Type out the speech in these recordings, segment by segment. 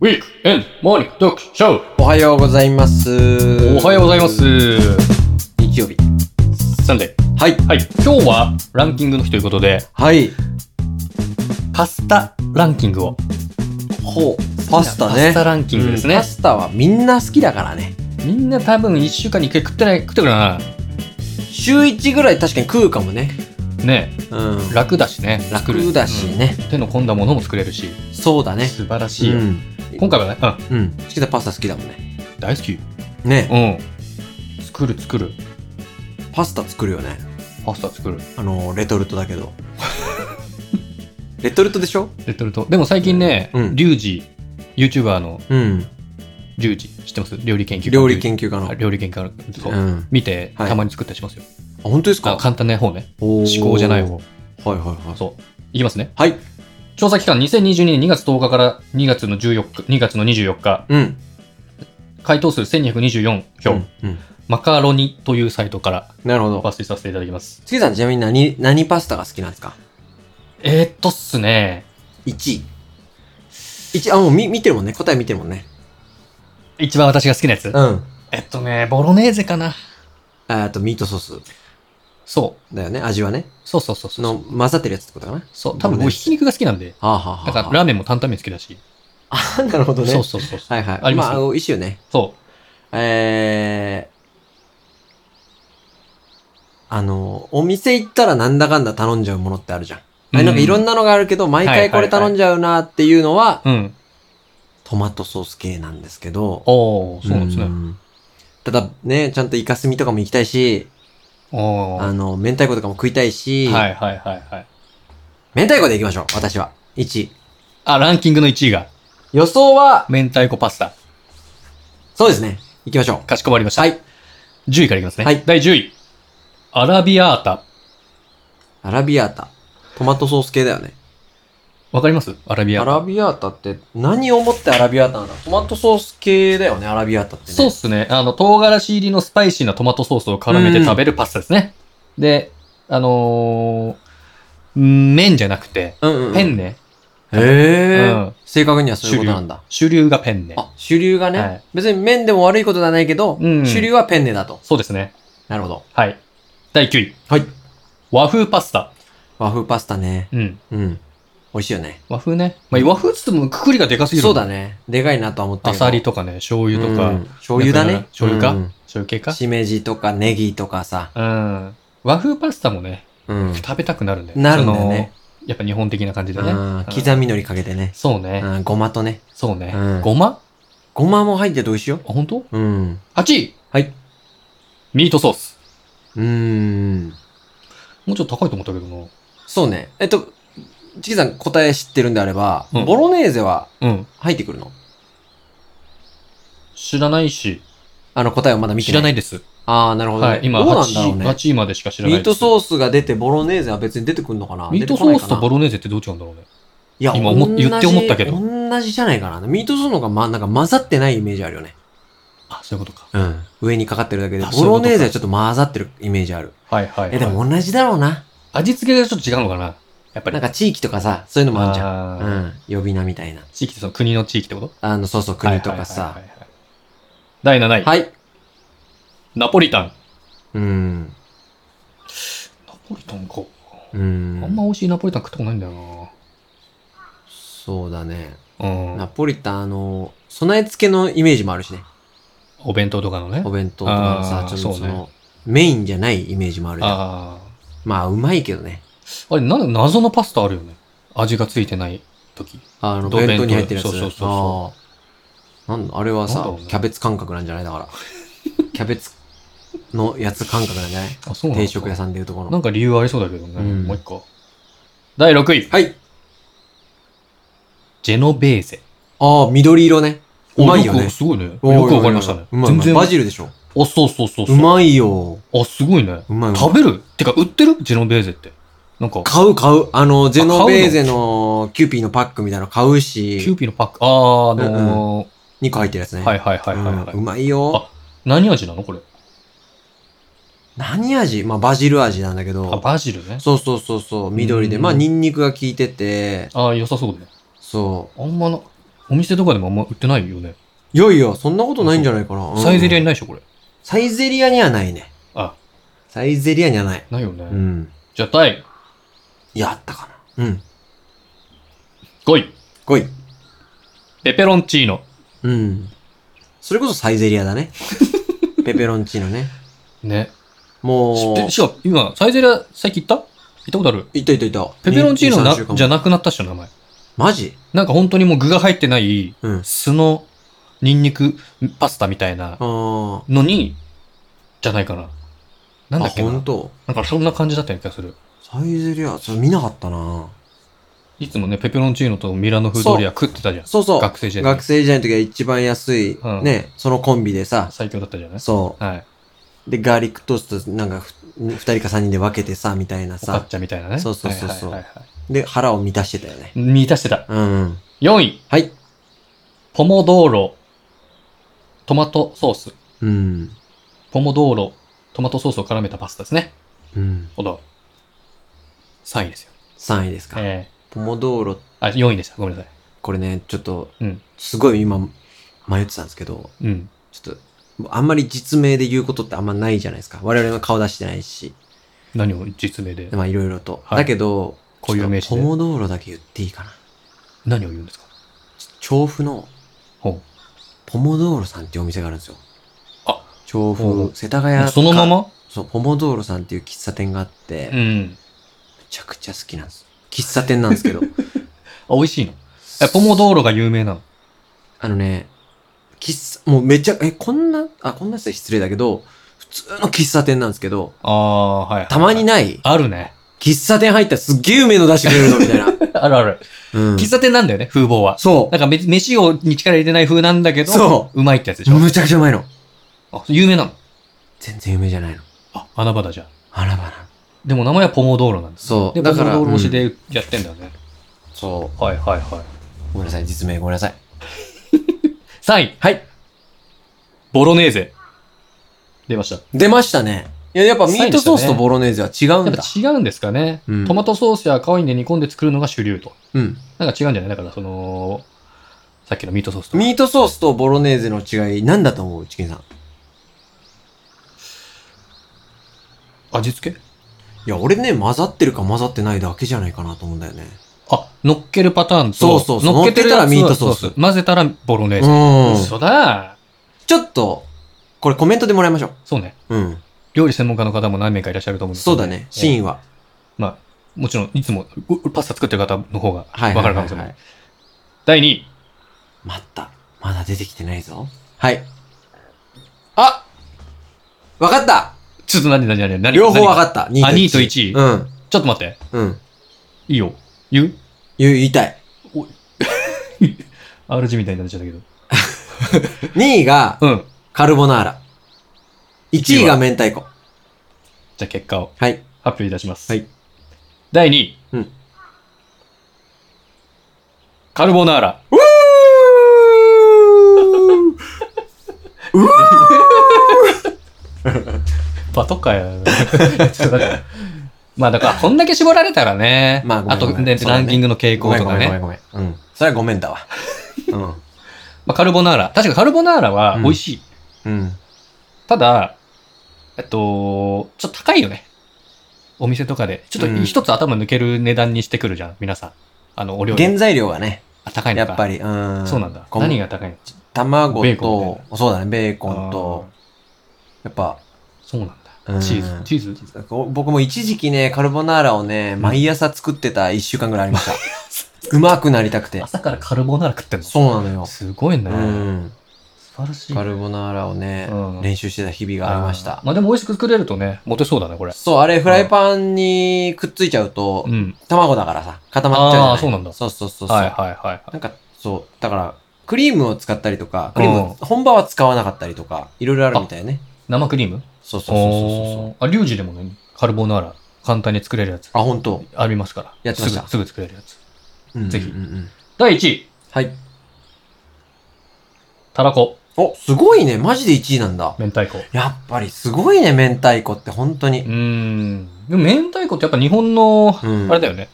ウィークエンドモーニング読書おはようございます。おおはようございます。日曜日。サンデはい。ー。はい。今日はランキングの日ということで、はい。パスタランキングを。ほう。パスタね。パスタランキングですねうんパスタはみんな好きだからね。みんな多分1週間に1回食ってない、食ってくるな。週1ぐらい確かに食うかもね。ねうん。楽だしね。作る楽だし。ね。うん手の込んだものも作れるし。そうだね。素晴らしういよ。ん。今回はね、ううん。好きだ、パスタ好きだもんね。ん。大好き。ね。うん。作る作る。パスタ作るよね。パスタ作る。あの、レトルトだ けど。レトルトでしょレトルト。でも最近ね、うんリュウジ、YouTuber のうん。リュウジ、知ってます料理研究家の料理研究家の。あ料理研究家のそう、うん。見て、はいたまに作ったりしますよ。あ、本当ですあか簡単な方ね。思思考じゃない方。はいはいはい。そう。いきますね。はい。調査期間2022年2月10日から2月の14日、2月の24日、うん。回答数1224票、うん。うん。マカロニというサイトからなるほど。抜粋させていただきます。月さんちなみに何、何パスタが好きなんですかえー、っとっすね、 ?1 位。1、あ、もう見、見てるもんね。答え見てるもんね。一番私が好きなやつ。うん。えっとね、ボロネーゼかな。あと、ミートソースそう。だよね。味はね。そうそうそうそう。その、混ざってるやつってことかな。そう。多分ボロネー僕、ゼひき肉が好きなんで。はあ、はあはあ、だから、ラーメンも担々麺好きだし。あ、なるほどね。そうそうそう。はいはい。ありますあ、おいしいよね。そう。えー。あの、お店行ったらなんだかんだ頼んじゃうものってあるじゃん。あれなんかいろんなのがあるけど、毎回これ頼んじゃうなっていうのは、うん。トマトソース系なんですけど。おー、そうなんですね。んただね、ちゃんとイカスミとかも行きたいし、おあー。の、明太子とかも食いたいし、はいはいはいはい。明太子で行きましょう、私は。1位。あ、ランキングの1位が、予想は、明太子パスタ。そうですね。行きましょかしこまりましう。た。はい。 10位からいきますね。はい第10位。アラビアータ。アラビアータ。トマトソース系だよね。わかりますアラビアアータ。ラビアータって、何をもってアラビアータなんだトマトソース系だよね、アラビアータってね。そうっすね。あの、唐辛子入りのスパイシーなトマトソースを絡めて食べるパスタですね。で、あのー、麺じゃなくて、うんうんうん。ペンネ。へうーん正確にはそういうことなんだ。主流がペンネ。あ、主流がね、はい別に麺でも悪いことではないけど、うん主流はペンネだと。そうですね。なるほど。はい。第9位。はい。和風パスタ。和風パスタね。うん。うん。美味しいよね。和風ね。まあ、和風っつってもくくりがでかすぎる。そうだ。ね。でかいなとは思ったアけど。サリとかね、醤油とか、うん醤油だね。醤油かうん醤油系か。しめじとかネギとかさ。うん。和風パスタもね、うん。食べたくなるんだよなるんだよねそのやっぱ日本的な感じでね。あうんー刻み海苔かけてね。そうね。うんごまとね。そうね。うんごまごまも入ってて美味しいよ。あ、本当？うん。 ?8 位はい。ミートソース。うーん。もうちょっと高いと思ったけどな。そうね。えっと、チキさん答え知ってるんであれば、うんボロネーゼはうん。入ってくるの知らないし、あの答えをまだ見て。知らないいです。ああ、なるほどね。はい。今どうなんだろう8位、ね。八位までしか知らなミいートソーースが出てボロネーゼは別に出てくるのかなミートソースとボロロネーゼってどう違うんだろうね。いや今思っ同じ言って思ったけど同じじゃないかな。ミートソースの方がま、なんか混ざってないイメージあるよね。あ、そういうことか。うん。上にかかってるだけで、あボロネーそうゼいうことかはちょっと混ざってるイメージある。はいはい、はい。え、でも同じだろうな。味付けがちょっと違うのかなやっぱり。なんか地域とかさ、そういうのもあるじゃん。あうーん。呼び名みたいな。地域ってその国の地域ってことあの、そうそう、国とかはいはさい。はいはい第7位、はい。ナポリタン。うん。ナポリタンか。うあんまん。美味しいナポリタン食ったことないんだよそうだね。な。うん。ナポリタン、あの、備え付けのイメージもあるしね。お弁当とかのねお。弁当とかのあーさ、ちょっとそそうねの、メインじゃないイメージもあるじゃん。あまあ、うまいけどね。あ。あれ、なんで謎のパスタあるよね。味がついてない時。あの、どう弁当に入ってるやつ。弁当そうそうそうそあーなんだあれなはんださろうね、キャベツ感覚なんじゃない だから。キャベツのやつ感覚なんじゃないあ、そうなんだ定食屋さんでいうところなの。んか理由ありそうだけどね。うんもう一個。第6位。はい。ジェノベーゼ。ああ、緑色ね。うまいよおくね。すごいね。よくわかりましたね。おいおいおいうまいうまいバジルでしょ。あ、そうそうそうそうまいよ。あ、すごいね。うまいうまい食べるてか、売ってるジェノベーゼって。なんか、買う買う。あの、ジェノベーゼのキューピーのパックみたいなの買うキューし、ピーのパック。あー、あの2個入ってるやつね。ー、はいはいはいはいはうんうい。まいよ。何味なのこれ。何味まあ、バジル味なんだけあ、ど。バジルね。そうそうそうそう、緑で。うんまあ、ニンニクが効いてて、あー、良さそうだね。そあんまな、お店とかでもあんま売ってないよね。いやいや、そんなことないんじゃないかな。サイゼリアになない。いでしょ、これ。サイゼリアにはないね。あ。サイゼリアにはない。ないようね。ん。じゃあ、第いや、あったかな。うん。 5位。来い。ペペロンチーノ。うん。それこそサイゼリア だね。ペペロンチーノね。ね。知もっう、てるしかも今、サイゼリア最近行った行ったことあるいったいったいった。ペペロンチーノになにさんしゅうかんじゃなくなったっしょ、名前。マジなんか本当にもう具が入ってない、うん。あ酢のニンニクパスタみたいなー。のに、じゃないかな。なんだっけあ、なほなんんと。かそんな感じだったような気がする。サイゼリア、それ見なかったないつもね、ペペロンチーノとミラノフードリア食ってたじゃん。そうそう。学生時代学生時代の時は一番安い、うんね、そのコンビでさ、最強だったじゃないそはい。う。で、ガーリックトースト、なんかふ、二人か三人で分けてさ、みたいなおかさっ。ちゃみたいなね。そうそうそうそうはいはいはいはで、腹を満たしてたよね。い満たしてた。うん。 4位、はい。ポモドーロ、トマトソース。うん。ポモドーロ、トマトソースを絡めたパスタですね。うん。ほど。3位ですよ。 3位ですか。えポモドーロ、ー、あ、4位でした。ごめんなさい。これね、ちょっと、うんすごい今、迷ってたんですけど、うん。ちょっと、あんまり実名で言うことってあんまないじゃないですか。我々の顔出してないし、何を実名で。まあいろいろと。はいだけど、固有名詞ちょでっとポモドーロだけ言っていいかな。何を言うんですかちょっと調布のほポモドーロさんっていうお店があるんですよ。あ調ほう、布世田う。谷。そのままそう、ポモドーロさんっていう喫茶店があって、うめん。ちゃくちゃ好きなんです。喫茶店なんですけど。あ、美味しいの え、ポモドーロが有名なのあのね、喫茶、もうめちゃ、え、こんな、あ、こんな人失礼だけど、普通の喫茶店なんですけど、ああ、はいはい。たまね。にない、あるね。 喫茶店入ったらすっげえうめえの出してくれる の、みたいな。あるある。うん。喫茶店なんだよね、風貌は。そなんかめ、飯を、に力入れてない風なんだけど、。そううまいってやつでう。しょむちゃくちゃうまいの。あ、有名なの全然有名じゃないの。あ、穴場だじゃん。あらばな。でも名前はポモドーロなんです。そう。で、ポだモドから、ーロ推しうんでやってんだよね。そはいはいはう。ごめんなさい、実名ごめんなさい。い。3位。はい。ボロネーゼ。出ました。出ましたね。いや、やっぱミートソースとボロネーゼは違うんやっだぱ。違うんですかね、うんトマトソースや赤ワインで煮込んで作るのが主流と。うん。なんか違うんじゃないだからその、さっきのミートソースと。ミートソースとボロネーゼの違い、なんだと思うチキンさん。い味付けや、俺ね、混ざってるか混ざってないだけじゃないかなと思うんだよね。あ、乗っけるパターンと。そうそうそう乗っけてるやつは乗っけたらミートソースそうそう混ぜたらボロネーゼ。うん。嘘だちょっと、これコメントでもらいましょそうね。う。うん。料理専門家の方も何名かいらっしゃると思うんですけそどうだね。シーえンは。えまあ、もちろん、いつもうパスタ作ってる方の方がはい。分かるかもしれない。はい。第2位。待った。まだ出てきてないぞ。はい。あわかったちょっと何何何何両方分っかった。あ2と1うん。ちょっと待って。うん。いいよ。言う言う言いたい。 ?RG みたいになっちゃったけど。 2位がうん。カルボナーラ。1位が明太子。じゃあ結果をはい。発表いたします。はい。第2位。うんカルボナーラ。うーバトかよ。 ちょっとだからまあだから、こんだけ絞られたらね。まあごめんとごめんね、そうだラねンキングの傾ご向めんとごかめんごねめん。ごめん。うん。それはごめんだ わ。まあ、カルボナーラ。確かカルボナーラは美味しい。うん。うん。ただ、えっと、ちょっと高いよね。お店とかで。ちょっうんと一つ頭抜ける値段にしてくるじゃん、皆さん。あの、お料理。原材料がね、あ高いのやか。っぱり、うん。そうなんだ。小麦何が高いのベー卵コンみと、そうだね、ベーコンと、やっぱ、そうなんうだ。んチーズ。チーズこう僕も一時期ね、カルボナーラをね、ん毎朝作ってた一週間ぐらいありました。 うまくなりたくて。朝からカルボナーラ食ってんのそうなのよ。すごいねう。ん。素晴らしい。カルボナーラをねうん、練習してた日々がありましたー。まあでも美味しく作れるとね、モテそうだね、これ。そう、あれフライパンにくっついちゃうとう、ん。卵だからさ、固まっちゃうじゃいあーそうなんだそうそうそうそう。はいなはいはいはい。んか、そう、だから、クリームを使ったりとか、クリーうんム、本場は使わなかったりとか、いろいろあるみたいね。生クリームそうそうそうそうそう。う。あ、リュウジでもね、カルボナーラ簡単に作れるやつあ、本当。ありますから。やってましたすぐすぐ作れるやつ。うんぜひうんうんうん第1位、はい。たらこ、お、すごいね。マジで1位なんだ。明太子。やっぱりすごいね、明太子って本当うに。ーん。でも明太子ってやっぱ日本の、うんあれだよね。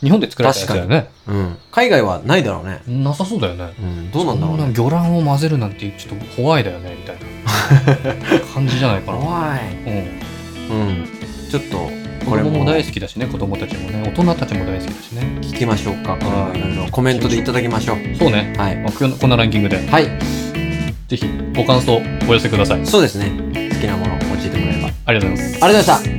日本で作られたやつだよね。うん。海外はないだろうね。なさそうだよね。うん。どうなんだろうそね。魚卵を混ぜるなんてちょっと怖いだよねみたい な感じじゃないかな。怖い。うん、うん。ちょっと、子これ供もも大好きだしね子供たちもね大人たちも大好きだしね聞きましょうか。これもはいいろいろコメントでいただきましょう。そうね、はい。まあ、こんこんなランキングではい。ぜひご感想お寄せくださいそうですね。好きなものを用いてもらえば。ありありがとうございますがとうございました。